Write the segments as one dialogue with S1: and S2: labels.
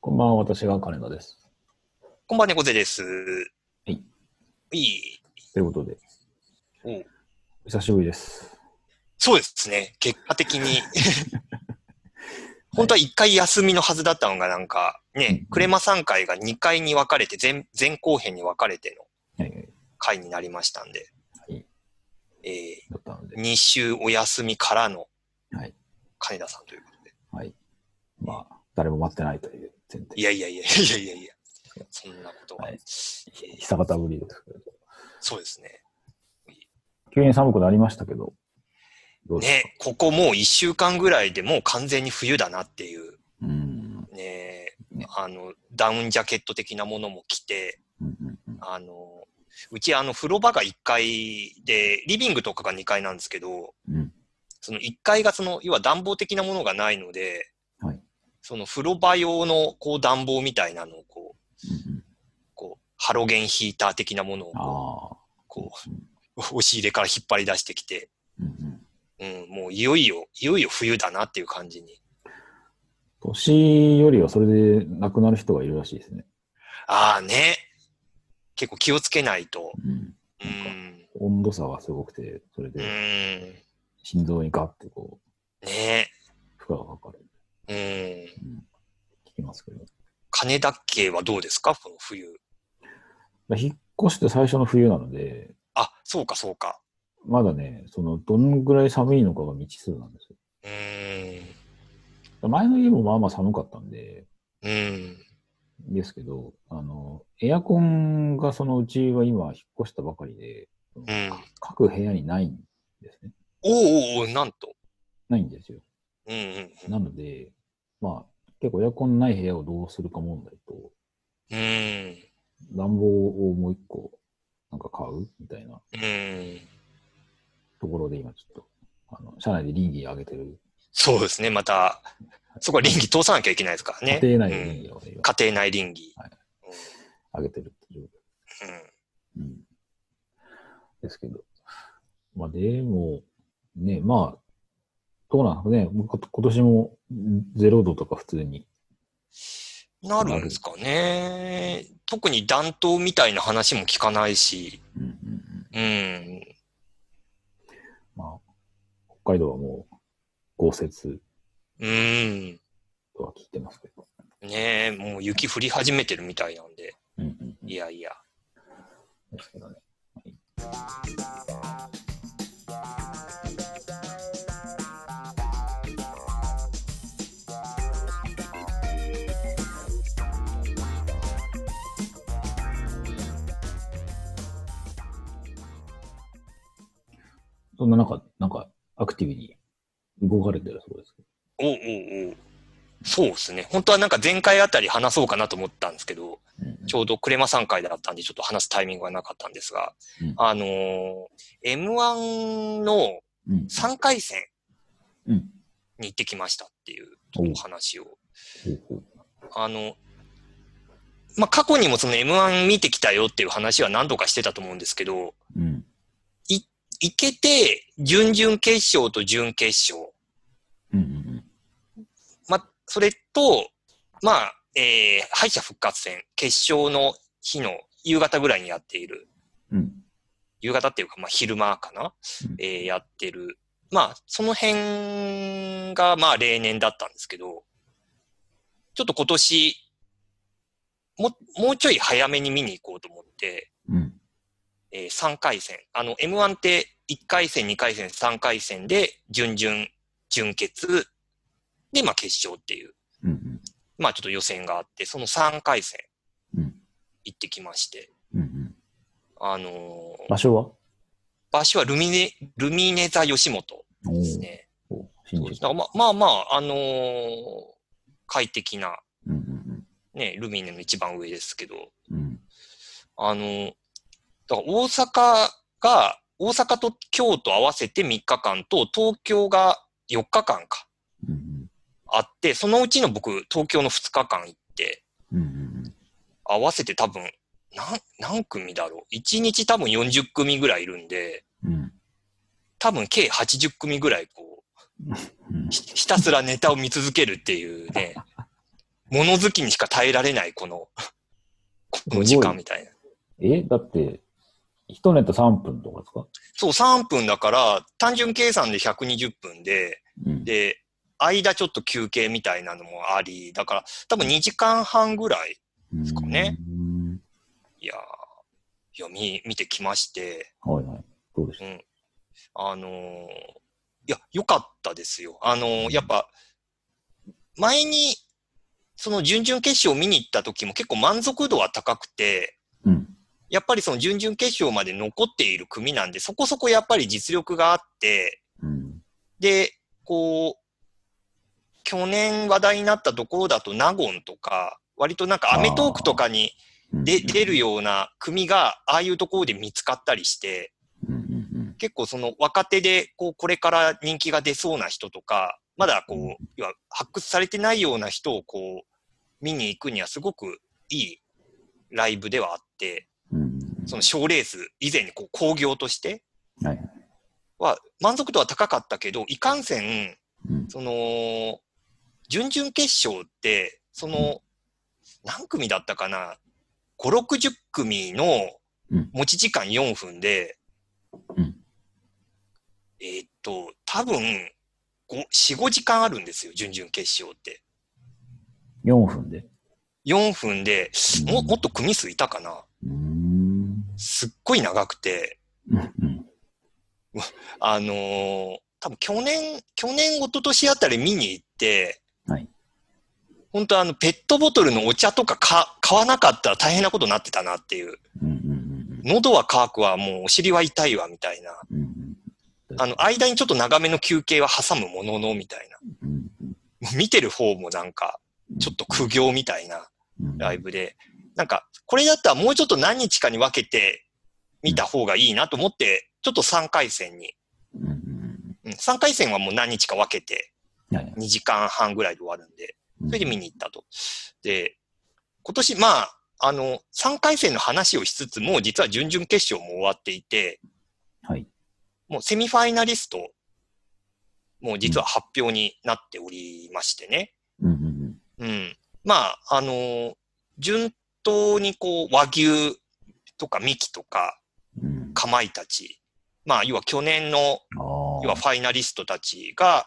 S1: こんばんは、私が金田です。
S2: こんばんは、猫背です。
S1: はい
S2: いい。
S1: ということで、
S2: うん
S1: 久しぶりです。
S2: そうですね。結果的 に。本当は1回休みのはずだったのが、なんか、
S1: うんうん
S2: ね、クレマ3回が2回に分かれて、前前後編に分かれての
S1: はいはい。
S2: 回になりましたんで、
S1: はい
S2: え
S1: だったので、
S2: 2週お休みからの
S1: はい。
S2: 金田さんということで。
S1: はい。まあ、誰も待ってないという前提。
S2: いやいやいやいやいやいや、そんなことは。
S1: はい久方ぶりですけど。
S2: そうですね。
S1: 急に寒くなりましたけど、どうですか、
S2: ね、ここもう1週間ぐらいでもう完全に冬だなっていう。
S1: うん。
S2: ね
S1: ね
S2: あの、ダウンジャケット的なものも着て、
S1: うんうんうん
S2: あの、うちあの風呂場が1階で、リビングとかが2階なんですけど、
S1: うん。
S2: その1階がその、要は暖房的なものがないので、
S1: はい
S2: その風呂場用のこう暖房みたいなのをこう、
S1: うんうん
S2: こうハロゲンヒーター的なものをこ
S1: ああ。
S2: うこう押し入れから引っ張り出してきて、
S1: うんうん
S2: うん、もういよいよ、いよいよ冬だなっていう感じに。
S1: 年よりはそれで亡くなる人がいるらしいですね。
S2: ああね、結構気をつけないと。
S1: うん。
S2: うん、
S1: 温度差がすごくて、それ
S2: う
S1: で
S2: ん、
S1: 心臓にガッてこう、
S2: ね
S1: 負荷がかかる。
S2: え。うん。
S1: うん。聞きますけど。
S2: 金田家はどうですかこの冬。
S1: 引っ越して最初の冬なので、
S2: あ、そうか、そうか。
S1: まだね、その、どのぐらい寒いのかが未知数なんです
S2: うーん。
S1: よ。前の家もまあまあ寒かったんで、
S2: うん。
S1: ですけど、あの、エアコンがそのうちは今引っ越したばかりで、
S2: うん。
S1: 各部屋にないんですね。
S2: おうおうおうなんと。
S1: ないんですよ。
S2: うんうん
S1: なので、まあ、結構エアコンない部屋をどうするか問題と、
S2: うん。うん。
S1: 暖房をもう一個、なんか買うみたいな
S2: うん。
S1: ところで今ちょっと、あの、社内で倫理上げてる。
S2: そうですね、また、そこは倫理通さなきゃいけないですからね。
S1: 家庭内
S2: う
S1: で倫
S2: ん
S1: 理をね今
S2: 家庭内倫理。
S1: はい上げてるっていう
S2: うん。
S1: うんですけど。まあでも、ね、まあ、どうなんですかね。もうこ今年も0度とか普通に。
S2: うんなるんですかね。特に暖冬みたいな話も聞かないし。
S1: うんうんうん、
S2: うん。
S1: まあ、北海道はもう豪雪
S2: うん。
S1: とは聞いてますけど。
S2: ねえ、もう雪降り始めてるみたいなんで。
S1: うんうんうん
S2: いやいや。
S1: ですけどね。そんな中、なんか、アクティブに動かれてるそうですけ
S2: おうおうおうそうですね。本当はなんか前回あたり話そうかなと思ったんですけど、
S1: ど。うん
S2: ちょうどクレマ3回だったんで、ちょっと話すタイミングがなかったんですが、
S1: うん
S2: あのー M1 の
S1: うん。
S2: 3回戦
S1: うん。
S2: に行ってきましたっていうちょっとお話を。
S1: ほうほう
S2: あの、まあ、過去にもその M1 見てきたよっていう話は何度かしてたと思うんですけど、
S1: うん。
S2: 行けて、準々決勝と準決勝。
S1: うんうん
S2: まあ、それと、まあ、えー敗者復活戦、決勝の日の夕方ぐらいにやっている、
S1: うん。うん。
S2: 夕方っていうか、まあ、昼間かな、えーやってる。まあ、その辺が、まあ、例年だったんですけど、ちょっと今年、も、もうちょい早めに見に行こうと思って、
S1: うん。
S2: え3回戦。あの、M1 って1回戦、2回戦、3回戦で、準々、準決、で、まあ、決勝っていう。
S1: うんうん。
S2: まあちょっと予選があって、その3回戦
S1: うん
S2: 行ってきまして、
S1: うんうん。
S2: あのー
S1: 場所は
S2: 場所はルミネ、ルミネ座吉本
S1: お
S2: ですね。
S1: おう新
S2: そうです
S1: 宿。
S2: だからまあまあ、まあ、あのー快適な、
S1: うんうん
S2: ね、ルミネの一番上ですけど、
S1: うん。うん
S2: あのーだから大阪が、大阪と京都合わせて3日間と、東京が4日間か、
S1: うん
S2: あって、そのうちの僕、東京の2日間行って、
S1: うんうんうん
S2: 合わせて多分、なん何組だろう ?1 日多分40組ぐらいいるんで、
S1: うんうん
S2: 多分計80組ぐらいこう、
S1: うん
S2: ひひたすらネタを見続けるっていうね、物好きにしか耐えられない、この、この時間みたいな。
S1: えだって、一ネタ3分とかですか
S2: そう、3分だから、単純計算で120分で、
S1: うん。
S2: で、間ちょっと休憩みたいなのもあり、だから、多分2時間半ぐらい、
S1: です
S2: かね。
S1: うん。
S2: いやー、読み、見てきまして、
S1: はいはい。そうでし
S2: あのーいや、良かったですよ。あのーやっぱ、前に、その準々決勝を見に行った時も結構満足度は高くて、
S1: た。うん。
S2: やっぱりその準々決勝まで残っている組なんで、そこそこやっぱり実力があって、
S1: うん。
S2: で、こう、去年話題になったところだと、ナゴンとか、割となんかアメトークとかに
S1: うん
S2: で出るような組が、ああいうところで見つかったりして、
S1: うんうん
S2: 結構その若手でこうこれから人気が出そうな人とか、まだこう、要は発掘されてないような人をこう、見に行くにはすごくいいライブではあって、
S1: うん。うんうん
S2: その賞レース以前にこう興行として
S1: はいはい
S2: は満足度は高かったけど、いかんせん、
S1: うん
S2: その、準々決勝って、その、何組だったかな、5、60組の
S1: うん
S2: 持ち時間4分で、
S1: うん
S2: えーっと、多分、ご4、5時間あるんですよ、準々決勝って。
S1: 4分で。
S2: 4分で、
S1: うん
S2: も、もっと組数いたかな
S1: うーん。
S2: すっごい長くて、
S1: うんうん。
S2: あのー多分去年、去年、一昨年あたり見に行って、
S1: はい
S2: 本当あの、ペットボトルのお茶とかか買わなかったら大変なことになってたなっていう。
S1: うんうん
S2: 喉は乾くわ、もうお尻は痛いわ、みたいな。
S1: うんうん
S2: あの、間にちょっと長めの休憩は挟むものの、みたいな。
S1: うん
S2: もう見てる方もなんか、ちょっと苦行みたいな
S1: うん
S2: ライブで。なんか、これだったらもうちょっと何日かに分けて見た方がいいなと思って、ちょっと3回戦に。
S1: うんうん
S2: うん、3回戦はもう何日か分けて
S1: うんはいはい
S2: 2時間半ぐらいで終わるんで、
S1: うん
S2: それで見に行ったと。で、今年、まあ、あの、3回戦の話をしつつ、もう実は準々決勝も終わっていて、
S1: はい。
S2: もうセミファイナリスト、もう実は発表になっておりましてね。
S1: うんうん
S2: うん。まあ、あの、順当にこう、和牛とかミキとか、
S1: うんうん
S2: かまいたち、まあ、要は去年の、
S1: あ
S2: 要はファイナリストたちが、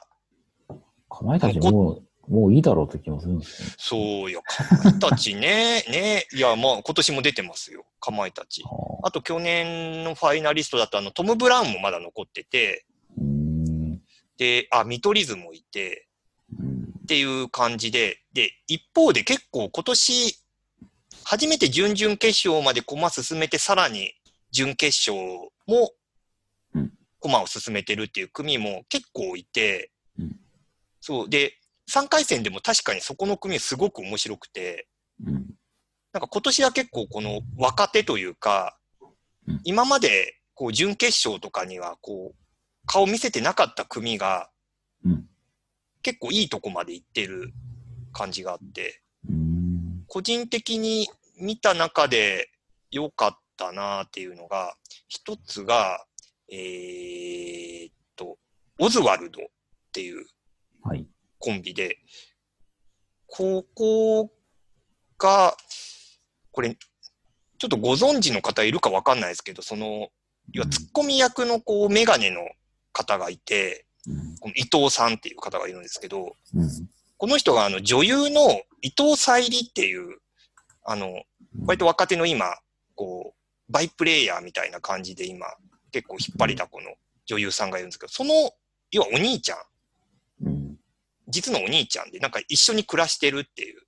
S1: あ。かまいたちもう、もういいだろうって気もするんですね。
S2: そうよ、かまいたちね。 ね。いや、まあ、今年も出てますよ、かまいたち
S1: あ。あ。
S2: あと、去年のファイナリストだと、あの、トム・ブラウンもまだ残ってて、
S1: うーん。
S2: で、あ、見取り図もいて、
S1: うん
S2: っていう感じで、で、一方で結構今年、初めて準々決勝まで駒進めて、さらに準決勝も
S1: うん
S2: 駒を進めてるっていう組も結構いて、
S1: うん
S2: そう、で、3回戦でも確かにそこの組すごく面白くて、
S1: うん
S2: なんか今年は結構この若手というか
S1: うん、
S2: 今までこう準決勝とかにはこう顔見せてなかった組が
S1: うん
S2: 結構いいとこまで行ってる感じがあって、
S1: うーん
S2: 個人的に見た中で良かったなっていうのが、一つが、えーっと、オズワルドっていう
S1: はい。
S2: コンビで、ここが、これ、ちょっとご存知の方いるかわかんないですけど、その、要はツッコミ役のこう、メガネの方がいて、
S1: うん
S2: この伊藤さんっていう方がいるんですけど、
S1: うん
S2: この人があの女優の伊藤沙莉っていう、あの、割と若手の今、こう、バイプレイヤーみたいな感じで今、結構引っ張りだこの女優さんがいるんですけど、その、要はお兄ちゃん、
S1: うん
S2: 実のお兄ちゃんで、なんか一緒に暮らしてるっていう、っ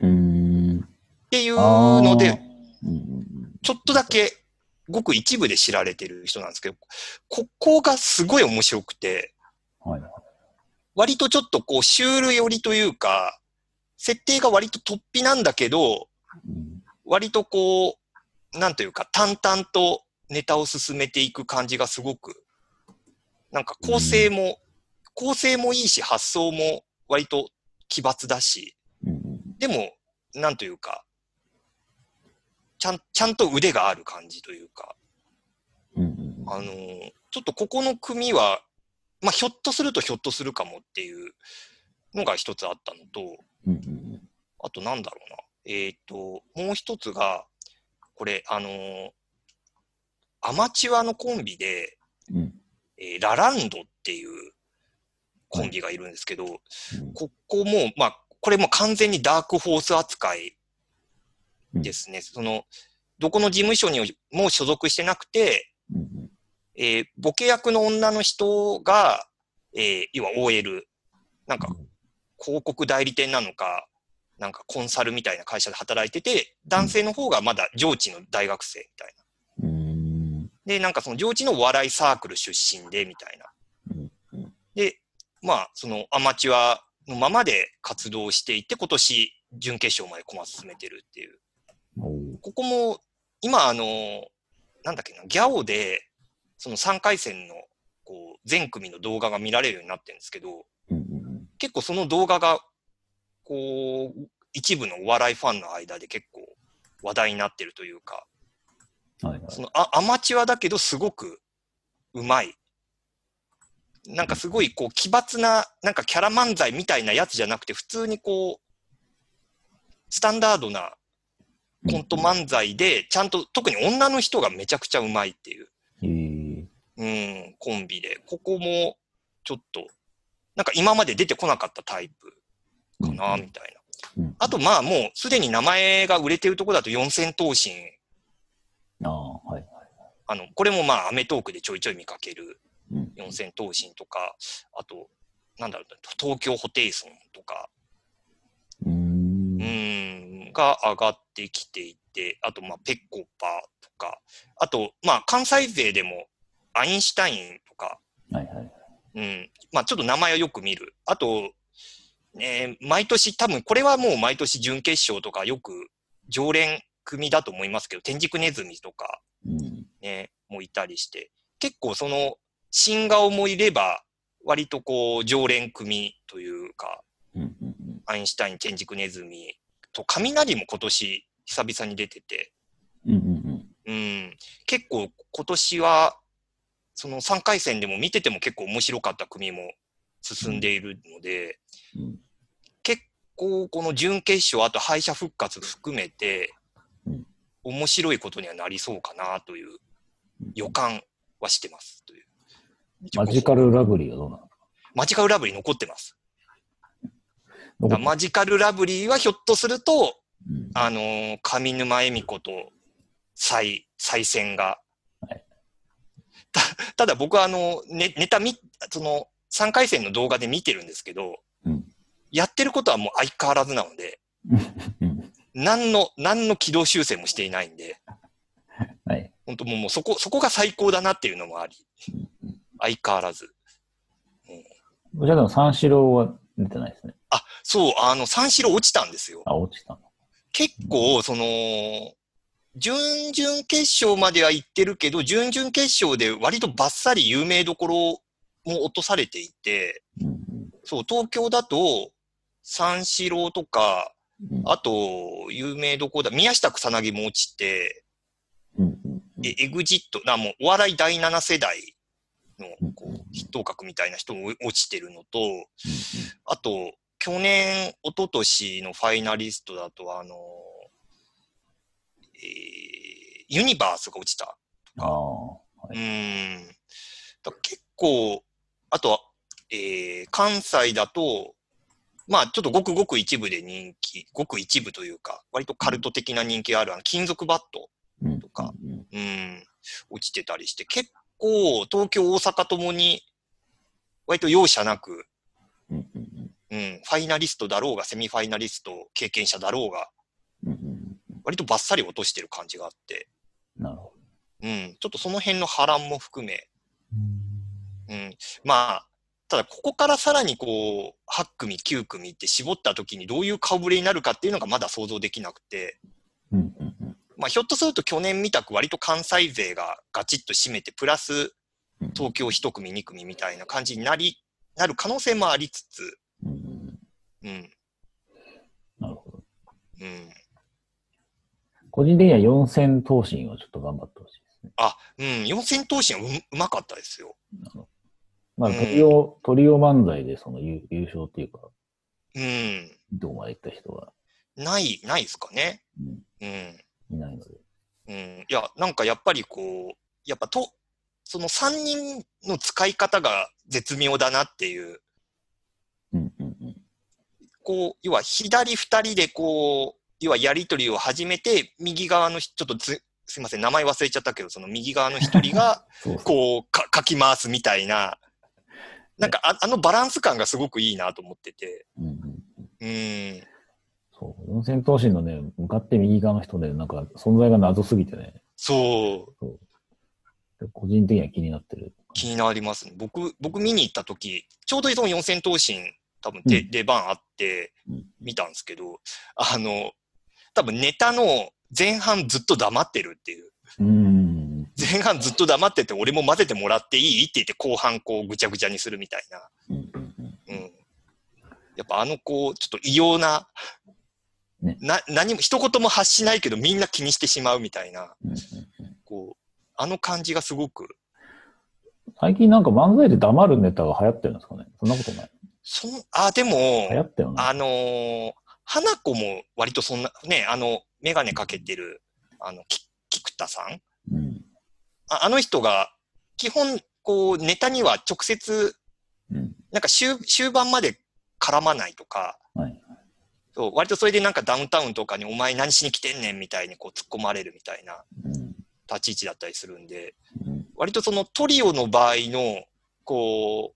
S1: うーん。
S2: ていう
S1: あー
S2: ので、、
S1: うんうん
S2: ちょっとだけ、ごく一部で知られてる人なんですけど、ここがすごい面白くて、
S1: うんはいはい。
S2: 割とちょっとこう、シュール寄りというか、設定が割と突飛なんだけど、
S1: うん
S2: 割とこう、なんというか、淡々とネタを進めていく感じがすごく、なんか構成も、構成もいいし、発想も割と奇抜だし、
S1: うんうん
S2: でも、なんというか、ちゃん、ちゃんと腕がある感じというか、
S1: うんうん
S2: あのーちょっとここの組は、まあ、ひょっとするとひょっとするかもっていうのが一つあったのと、
S1: うんうん
S2: あとなんだろうな。えっ、と、もう一つが、これ、あのーアマチュアのコンビで、
S1: うん。うん
S2: えーラランドっていうコンビがいるんですけど、
S1: うん
S2: ここも、まあ、これも完全にダークホース扱いですね。その、どこの事務所にも所属してなくて、
S1: うんうん
S2: えーボケ役の女の人が、えー要は OL、なんか広告代理店なのか、なんかコンサルみたいな会社で働いてて、男性の方がまだ上智の大学生みたいな。
S1: うん
S2: で、なんかその上智のお笑いサークル出身でみたいな
S1: うんうん。
S2: で、まあ、そのアマチュアのままで活動していて、今年準決勝まで駒進めてるっていう。
S1: おう
S2: ここも、今、あの、なんだっけな、ギャオで、その3回戦の、こう、全組の動画が見られるようになってるんですけど、
S1: うんうん
S2: 結構その動画が、こう、一部のお笑いファンの間で結構話題になってるというか、
S1: うんはいはい
S2: そのあアマチュアだけどすごくうまい。なんかすごいこう奇抜な、なんかキャラ漫才みたいなやつじゃなくて、普通にこう、スタンダードなコント漫才で、ちゃんと特に女の人がめちゃくちゃうまいっていう。
S1: えー
S2: うん、コンビで、ここもちょっと、なんか今まで出てこなかったタイプかな、
S1: うん
S2: みたい
S1: うんう。
S2: なんあと、まあもうすでに名前が売れてるとこだと四千頭身、
S1: ああ、はいはい。
S2: あの、これもまあアメトークでちょいちょい見かける
S1: うん
S2: 四千頭身とか、あと、なんだろう、東京ホテイソンとか、
S1: うーん
S2: う。ーん、が上がってきていて、あと、まあ、ペッコパーとか、あと、まあ、関西勢でも、アインシュタインとか、
S1: はいはい。
S2: うん。まあちょっと名前はよく見る。あと、ね、毎年多分これはもう毎年準決勝とかよく常連組だと思いますけど、天竺ネズミとか
S1: うん。
S2: ね、もいたりして、結構その新顔もいれば、割とこう常連組というか、
S1: うんうんうん
S2: アインシュタイン、天竺ネズミと雷も今年久々に出てて、
S1: うんうん
S2: うん、結構今年は、その3回戦でも見てても結構面白かった組も進んでいるので、
S1: うんうん
S2: 結構この準決勝、あと敗者復活含めて
S1: うん、
S2: 面白いことにはなりそうかなという予感はしてますという。
S1: マジカルラブリーはどうなの
S2: マジカルラブリー残ってます。だ
S1: 残
S2: か
S1: っ
S2: らマジカルラブリーはひょっとすると、
S1: うん
S2: あのー上沼恵美子と再、再戦が
S1: はい。
S2: たただ僕はあの、ね、ネタ見、その、3回戦の動画で見てるんですけど、
S1: うん
S2: やってることはもう相変わらずなので、
S1: うん
S2: 何の、何の軌道修正もしていないんで、
S1: はい。
S2: 本当もうもうそこ、そこが最高だなっていうのもあり、相変わらず。
S1: じゃあでも三四郎は出てないですね。
S2: あ、そう、あの、三四郎落ちたんですよ。
S1: あ、落ちたの。
S2: 結構、その、準々決勝までは行ってるけど、準々決勝で割とバッサリ有名どころも落とされていて、
S1: うん
S2: そう、東京だと、三四郎とか、
S1: うんうん
S2: あと、有名どころだ、宮下草薙も落ちて、
S1: うんうん
S2: え、エグジット、な、もう、お笑い第7世代の、こう、筆頭格みたいな人も落ちてるのと、あと、去年、一昨年のファイナリストだと、あの、えーユニバースが落ちた。
S1: ああ。
S2: うーん。だ結構、あとは、えー関西だと、まあ、ちょっとごくごく一部で人気、ごく一部というか、割とカルト的な人気がある、あの、金属バット、
S1: うん
S2: とか。
S1: うん
S2: うん、落ちてたりして、結構、東京、大阪ともに、割と容赦なく、
S1: うんうん
S2: うん、ファイナリストだろうが、セミファイナリスト経験者だろうが、
S1: うんうん
S2: 割とバッサリ落としてる感じがあって、
S1: なるほど。
S2: うん、ちょっとその辺の波乱も含め、うん、まあ、ただここからさらにこう、8組、9組って絞った時にどういう顔ぶれになるかっていうのがまだ想像できなくて、
S1: うんうんうん
S2: まあ、ひょっとすると去年見たく割と関西勢がガチッと締めて、プラス
S1: うん
S2: 東京1組、2組みたいな感じになり、なる可能性もありつつ、
S1: うんうん
S2: うん、
S1: なるほど。
S2: うん。
S1: 個人的には四千頭身をちょっと頑張ってほしいですね。
S2: あ、うん、四千頭身はううまかったですよ。
S1: あのまあ、トリオ、トリオ漫才でその優優勝っていうか、
S2: うん。
S1: どこまで行った人は
S2: ない、ないですかね。
S1: うん
S2: うん。
S1: いないので。
S2: うん、いや、なんかやっぱりこう、やっぱと、その3人の使い方が絶妙だなっていう、
S1: うんうんうん。
S2: こう、要は左2人でこう、要はやりとりを始めて、右側のひ、ちょっとずすいません、名前忘れちゃったけど、その右側の1人が、
S1: そうそう。
S2: こうか、かき回すみたいな、なんかああのバランス感がすごくいいなと思ってて、
S1: うんうん
S2: うん、
S1: そう。四千頭身のね、向かって右側の人で、なんか存在が謎すぎてね、
S2: そう、
S1: 個人的には気になってる。
S2: 気になりますね。僕、僕見に行った時、ちょうどその四千頭身、多分で、
S1: うん
S2: 出番あって
S1: うん、
S2: 見たんですけど、あの、多分ネタの前半ずっと黙ってるっていう。
S1: うーん。
S2: 前半ずっと黙ってて、俺も混ぜてもらっていいって言って、後半こうぐちゃぐちゃにするみたいな。
S1: うんうんうん
S2: うん。やっぱあのこう、ちょっと異様な、
S1: ね
S2: な、何も、一言も発しないけど、みんな気にしてしまうみたいな、
S1: うんうん
S2: こう、あの感じがすごく、
S1: 最近なんか漫才で黙るネタが流行ってるんですかねそんなことない。
S2: その、あ、でも、
S1: 流行ったよね。
S2: あのー花子も割とそんな、ね、あの、メガネかけてる、あの、き菊田さん
S1: うん。
S2: ああの人が、基本、こう、ネタには直接、
S1: うん。
S2: なんか終終盤まで絡まないとか、
S1: はい
S2: そう割とそれでなんかダウンタウンとかにお前何しに来てんねんみたいにこう突っ込まれるみたいな
S1: うん。
S2: 立ち位置だったりするんで、
S1: うん。
S2: 割とそのトリオの場合の、こ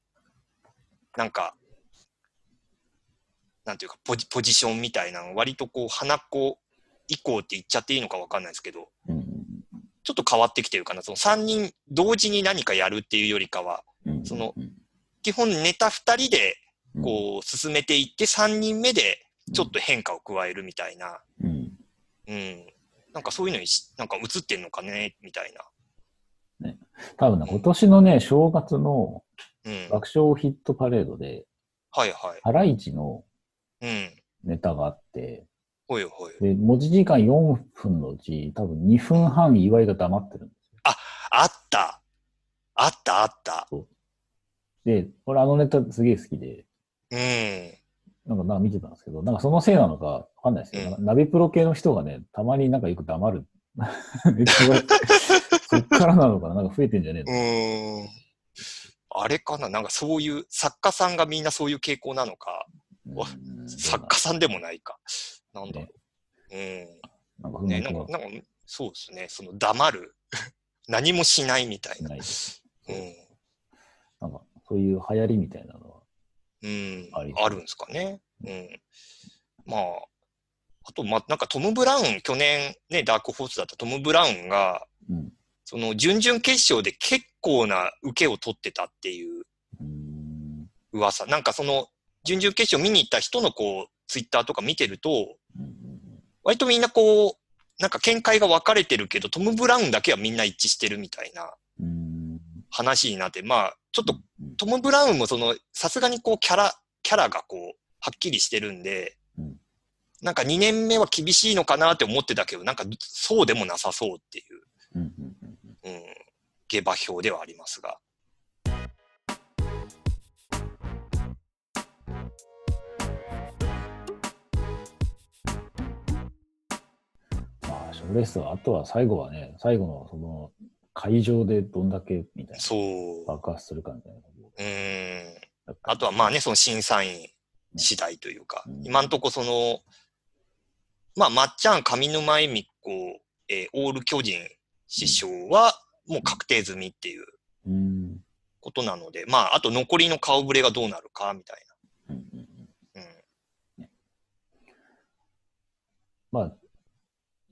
S2: う、なんか、なんていうかポジ、ポジションみたいなの、割とこう、花子以降って言っちゃっていいのかわかんないですけど、
S1: うん。
S2: ちょっと変わってきてるかな。その3人同時に何かやるっていうよりかは、
S1: うん
S2: その、基本ネタ2人で
S1: うん
S2: こう、進めていって、3人目でちょっと変化を加えるみたいな、
S1: うん。うん。
S2: うん。なんかそういうのにし、なんか映ってんのかね、みたいな。
S1: 多分ね、今年のね、正月の
S2: うん。
S1: 爆笑ヒットパレードで、
S2: はいは
S1: ハライチの
S2: い。うん。
S1: ネタがあって、
S2: ほいほい。
S1: で、持ち時間4分のうち、多分2分半岩井が黙ってるんです
S2: あった。あった、あった。
S1: よ。で、俺あのネタすげえ好きで、
S2: う
S1: な
S2: ん。
S1: んかなんか見てたんですけど、なんかそのせいなのかわかんないですけど、
S2: うん
S1: なんかナビプロ系の人がね、たまになんかよく黙る。 ネタがそっからなのかななんか増えてんじゃねえ
S2: う
S1: の、
S2: ーん。あれかななんかそういう、作家さんがみんなそういう傾向なのか、わ
S1: うん
S2: 作家さんでもないか。なんだろう。
S1: なんか
S2: う
S1: そ
S2: ん。
S1: んな
S2: ね、
S1: 気
S2: な
S1: が
S2: んか、なんか、そうですね。その、黙る。 何もしないみたい
S1: し
S2: な。
S1: ないで
S2: うん。
S1: なんか、そういう流行りみたいなのは。
S2: うん、
S1: あり
S2: あるんですかね。うん。まあ、あと、まあ、なんかトム・ブラウン、去年ね、ダークホースだったトム・ブラウンが、
S1: うん。
S2: その準々決勝で結構な受けを取ってたっていう
S1: うん。
S2: 噂。なんかその、準々決勝見に行った人のこう、ツイッターとか見てると、
S1: うん
S2: 割とみんなこう、なんか見解が分かれてるけど、トム・ブラウンだけはみんな一致してるみたいな
S1: うん。
S2: 話になって、まあ、ちょっと
S1: うん
S2: トム・ブラウンもその、さすがにこう、キャラ、キャラがこう、はっきりしてるんで、
S1: うん
S2: なんか2年目は厳しいのかなって思ってたけど、なんかそうでもなさそうってい
S1: うんうんうん
S2: う、うん、下馬評ではありますが。
S1: まあ、賞レースは、あとは最後はね、最後のその会場でどんだけみたい
S2: そう。
S1: な爆発するかみたいな。
S2: うん。
S1: やっぱり
S2: あとはまあね、その審査員次第というか
S1: う、ん
S2: 今んとこその、まあ、まっちゃん、上沼恵美子、えーオール巨人師匠はもう確定済みっていう
S1: うん。
S2: ことなので、まあ、あと残りの顔ぶれがどうなるか、みたい
S1: うんうんうん
S2: な。うん。
S1: まあ、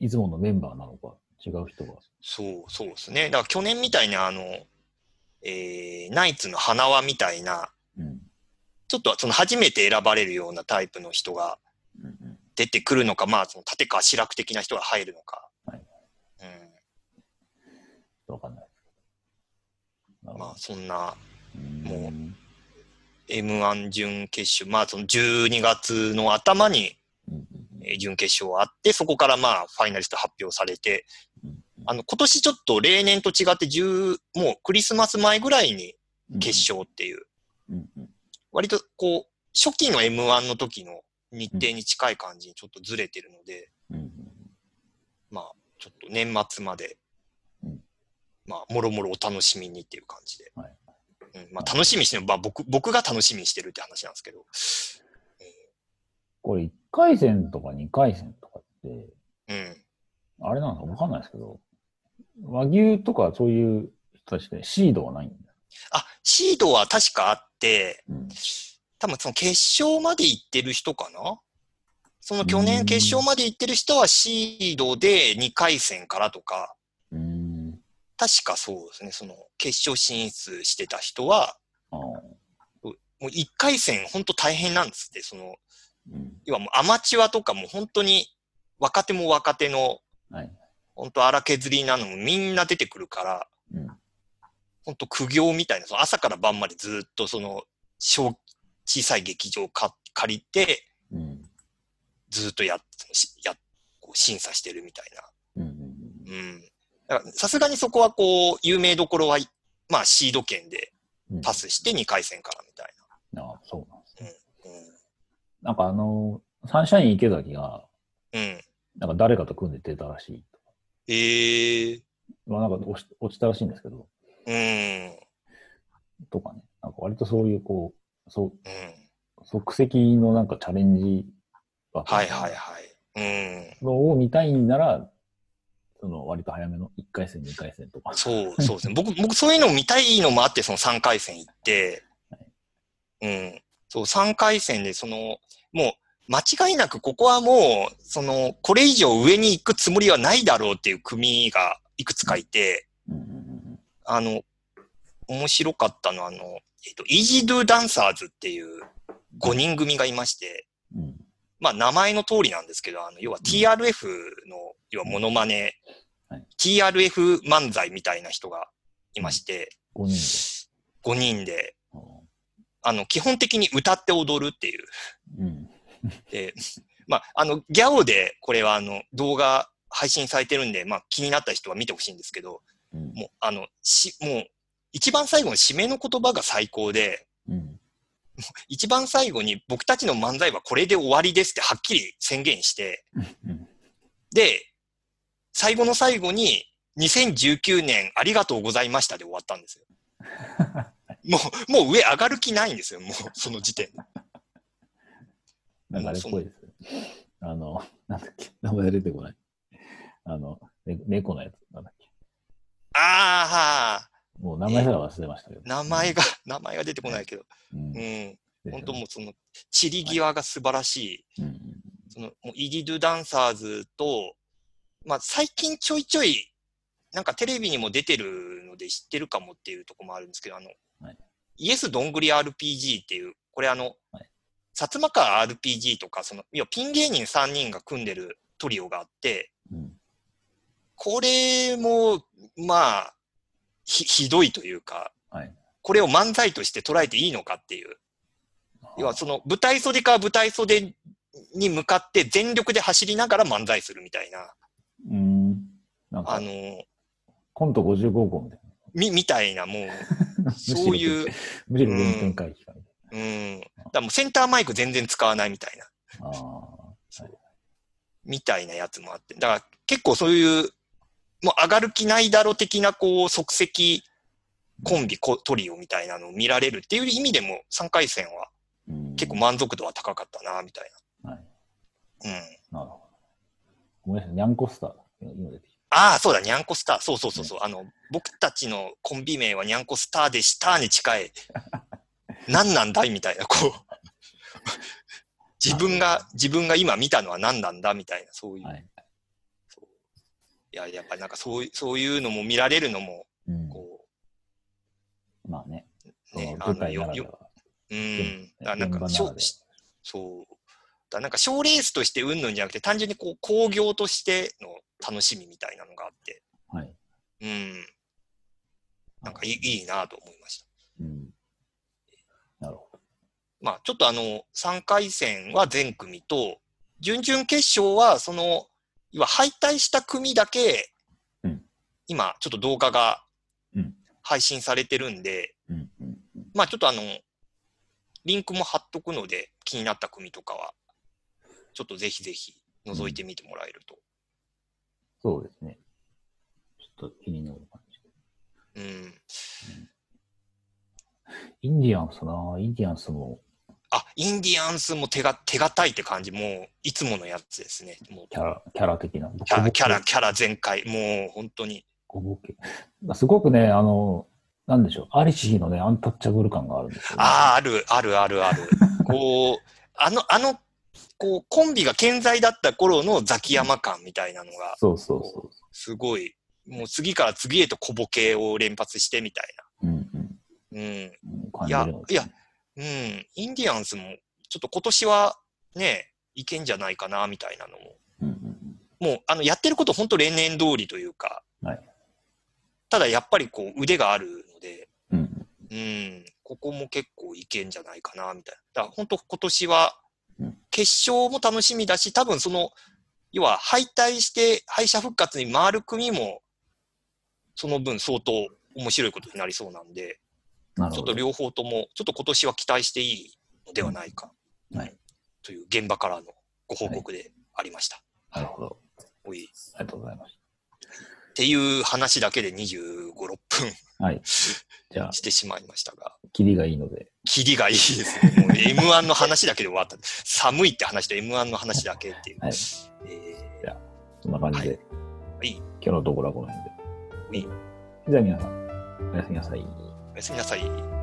S1: いつものメンバーなのか、違う人が。
S2: そう、そうですね。だから去年みたいな、あの、えーナイツの花輪みたいな、
S1: うん。
S2: ちょっとその初めて選ばれるようなタイプの人が
S1: うんうん
S2: 出てくるのか、まあ、その立川志らく的な人が入るのか。
S1: はいわかんないですけど。
S2: うん。まあ、そんな
S1: も
S2: も M1 準決勝、まあ、その12月の頭に
S1: うん、うん
S2: えー準決勝あって、そこからまあ、ファイナリスト発表されて
S1: うん、
S2: あの、今年ちょっと例年と違って10、もうクリスマス前ぐらいに
S1: うん
S2: 決勝っていう、
S1: うんうん
S2: 割とこう、初期の M1 の時の日程に近い感じにちょっとずれてるので、
S1: うん。
S2: まあ、ちょっと年末まで
S1: うん、
S2: まあ、もろもろお楽しみにっていう感じで。
S1: はい
S2: うん、まあ、楽しみにしてる、まあ、僕、僕が楽しみにしてるって話なんですけど。
S1: これ1回戦とか2回戦とかって、
S2: うん。
S1: あれなのかわかんないですけど、和牛とかそういう人たちでシードはないんだ。
S2: あ、シードは確かあって、
S1: うん。
S2: 多分その決勝まで行ってる人かなその去
S1: う
S2: 年
S1: ん
S2: 決勝まで行ってる人はシードで2回戦からとか、
S1: うーん。
S2: 確かそうですね、その決勝進出してた人は、
S1: ああ。
S2: もう1回戦本当大変なんですって、その、
S1: うん。
S2: 要はもうアマチュアとかも本当に若手も若手の、
S1: はい。
S2: 本当荒削りなのもみんな出てくるから、
S1: うん。
S2: 本当苦行みたいな、その朝から晩までずっとその小小さい劇場か借りて、
S1: うん。
S2: ずっとやっしやこう審査してるみたい
S1: うん。うん
S2: な。うん。だからさすがにそこはこう、有名どころは、まあシード権で
S1: うん。
S2: パスして2回戦からみたい
S1: ああ、そうなんですね。
S2: な。
S1: なんかあの、サンシャイン池崎が、
S2: うん。うん。
S1: なんか誰かと組んで出たらしい。
S2: ええ
S1: まあなんか落ち落ちたらしいんですけど、
S2: うん。
S1: とかね。なんか割とそういうこう、そう
S2: うん。
S1: 即席のなんかチャレンジは
S2: はいはいはい。うん。
S1: のを見たいんなら、その割と早めの1回戦、2回戦とか。
S2: そう、そうですね。僕、僕そういうのを見たいのもあって、その3回戦行って、うん。そう、3回戦で、その、もう、間違いなくここはもう、その、これ以上上に行くつもりはないだろうっていう組がいくつかいて、
S1: うんうんうん
S2: あの、面白かったのは、あの、えっ、と、イージードゥダンサーズっていう5人組がいまして、
S1: うん。うん。
S2: まあ、名前の通りなんですけど、あの、要は TRF の、要はモノマネ、
S1: はい
S2: TRF 漫才みたいな人がいまして、
S1: 5人
S2: 5人で、
S1: で。
S2: あの、基本的に歌って踊るっていう。
S1: うん。
S2: で、 まあ、あの、ギャオで、これはあの、動画配信されてるんで、まあ、気になった人は見てほしいんですけど、
S1: うん。
S2: もう、あの、し、もう、一番最後の締めの言葉が最高で、
S1: うん。
S2: 一番最後に僕たちの漫才はこれで終わりですってはっきり宣言して、
S1: うん
S2: で、最後の最後に、2019年ありがとうございましたで終わった んですよ。もう、もう上上がる気ないんですよ、もう、その時点で。
S1: なんかあれっぽいですね。あの、 なんだっけ、名前出てこない。あの、ね、猫のやつ。なんだっけ。
S2: ああ、
S1: もう名前すら忘れましたけど。
S2: 名前が、名前が出てこないけど、
S1: うん。
S2: うん、
S1: うん
S2: 本当もうその、散り際が素晴らしい、
S1: うん。
S2: その、もうイギドゥダンサーズと、まあ、最近ちょいちょい、なんかテレビにも出てるので知ってるかもっていうところもあるんですけど、あの、
S1: はい
S2: イエスどんぐり RPG っていう、これあの、
S1: はい
S2: 薩摩川 RPG とか、その、要はピン芸人3人が組んでるトリオがあって、
S1: うん。
S2: これも、まあ、ひ、ひどいというか、
S1: はい。
S2: これを漫才として捉えていいのかっていう。要はその舞台袖から舞台袖に向かって全力で走りながら漫才するみたいな、
S1: うん。なん
S2: あ
S1: か、
S2: のー、
S1: コント55号みたい
S2: み、みたいなも
S1: な。
S2: う、そう
S1: う。
S2: いう、
S1: むしろ原点回帰かみたい
S2: うん。だからもうセンターマイク全然使わないみたいな、
S1: な。ああ。
S2: みたいなやつもあって。だから結構そういう、もう上がる気ないだろ的な、こう、即席コンビ、こトリオみたいなのを見られるっていう意味でも、3回戦は
S1: うん
S2: 結構満足度は高かったな、みたい
S1: はい。
S2: な。うん。
S1: なるほど。ごめんなさい、ニャンコスターだ。今出てき
S2: ああ、そうだ、にゃんこスター。そうそうそうそう、あの、僕たちのコンビ名はにゃんこスターでしたに 近い。何なんだいみたいな、こう。自分が、自分が今見たのは何なんだみたいな、そういう。、
S1: た。はいい。
S2: や、やっぱりなんかそういう、そういうのも見られるのも、
S1: うん。
S2: こ
S1: まあね。
S2: う、ね、
S1: その舞
S2: の、
S1: 台ならでは。
S2: うん。だからなん
S1: 現場
S2: か、
S1: な
S2: し
S1: ら
S2: ょ
S1: で
S2: しそう。だからなんか、賞レースとしてうんぬんじゃなくて、単純にこう、興行としての楽しみみたいなのがあって、
S1: はい。
S2: うん。なんかいい、いいなと思いました。
S1: うん。なるほど。
S2: まあ、ちょっとあの、3回戦は全組と、準々決勝は、その、要は敗退した組だけ、
S1: うん
S2: 今、ちょっと動画が
S1: うん
S2: 配信されてるんで、
S1: うん。うん。
S2: まあ、ちょっとあの、リンクも貼っとくので、気になった組とかは、ちょっとぜひぜひ覗いてみてもらえると。
S1: そうですね。ちょっと気になる感じ。
S2: うん。
S1: インディアンスなインディアンスも
S2: あ、インディアンスも手が、手堅いって感じ、もう、いつものやつですね。もう
S1: キャラ、キャラ的な。
S2: キャラ、キャラ、キャラ全開。もう、本当に。
S1: ごぼけ。すごくね、あの、なんでしょう。アリシーのね、アンタッチャブル感があるんですよ、ね。
S2: ああ、ある、ある、ある、ある。こう、あの、あの、こう、コンビが健在だった頃のザキヤマ感みたいなのが、
S1: そうそうそ。
S2: すごい、もう次から次へと小ボケを連発してみたいう
S1: うんうん。
S2: な。うん。
S1: うん感
S2: い
S1: じ
S2: や
S1: る、
S2: いや、うん。インディアンスも、ちょっと今年はね、いけんじゃないかな、みたいなのも。
S1: うんうん
S2: もう、あの、やってること本当例年通りというか、
S1: はい
S2: ただやっぱりこう、腕があるので、
S1: うん。うん
S2: うん、ここも結構いけんじゃないかな、みたいな。だから本当今年は
S1: うん、
S2: 決勝も楽しみだし、多分その、要は敗退して敗者復活に回る組も、その分相当面白いことになりそうなんで、
S1: なる
S2: ち
S1: ほ
S2: ょっと
S1: ど。
S2: 両方とも、ちょっと今年は期待していいのではないか、
S1: はい
S2: という現場からのご報告でありました。
S1: なるほど。
S2: おい
S1: ありがとうございまし
S2: っていう話だけで25、6分
S1: た。はい。じゃあ、
S2: してしまいましたが、
S1: キリがいいので。
S2: キリがいいですね。もう M1 の話だけで終わった。寒いって話と M1 の話だけっていう。
S1: はい
S2: え
S1: そんな感じで、
S2: いはい
S1: 今日のところはこの辺で。
S2: はい
S1: じゃあ皆さん、おやすみなさい。
S2: ーおやすみなさい。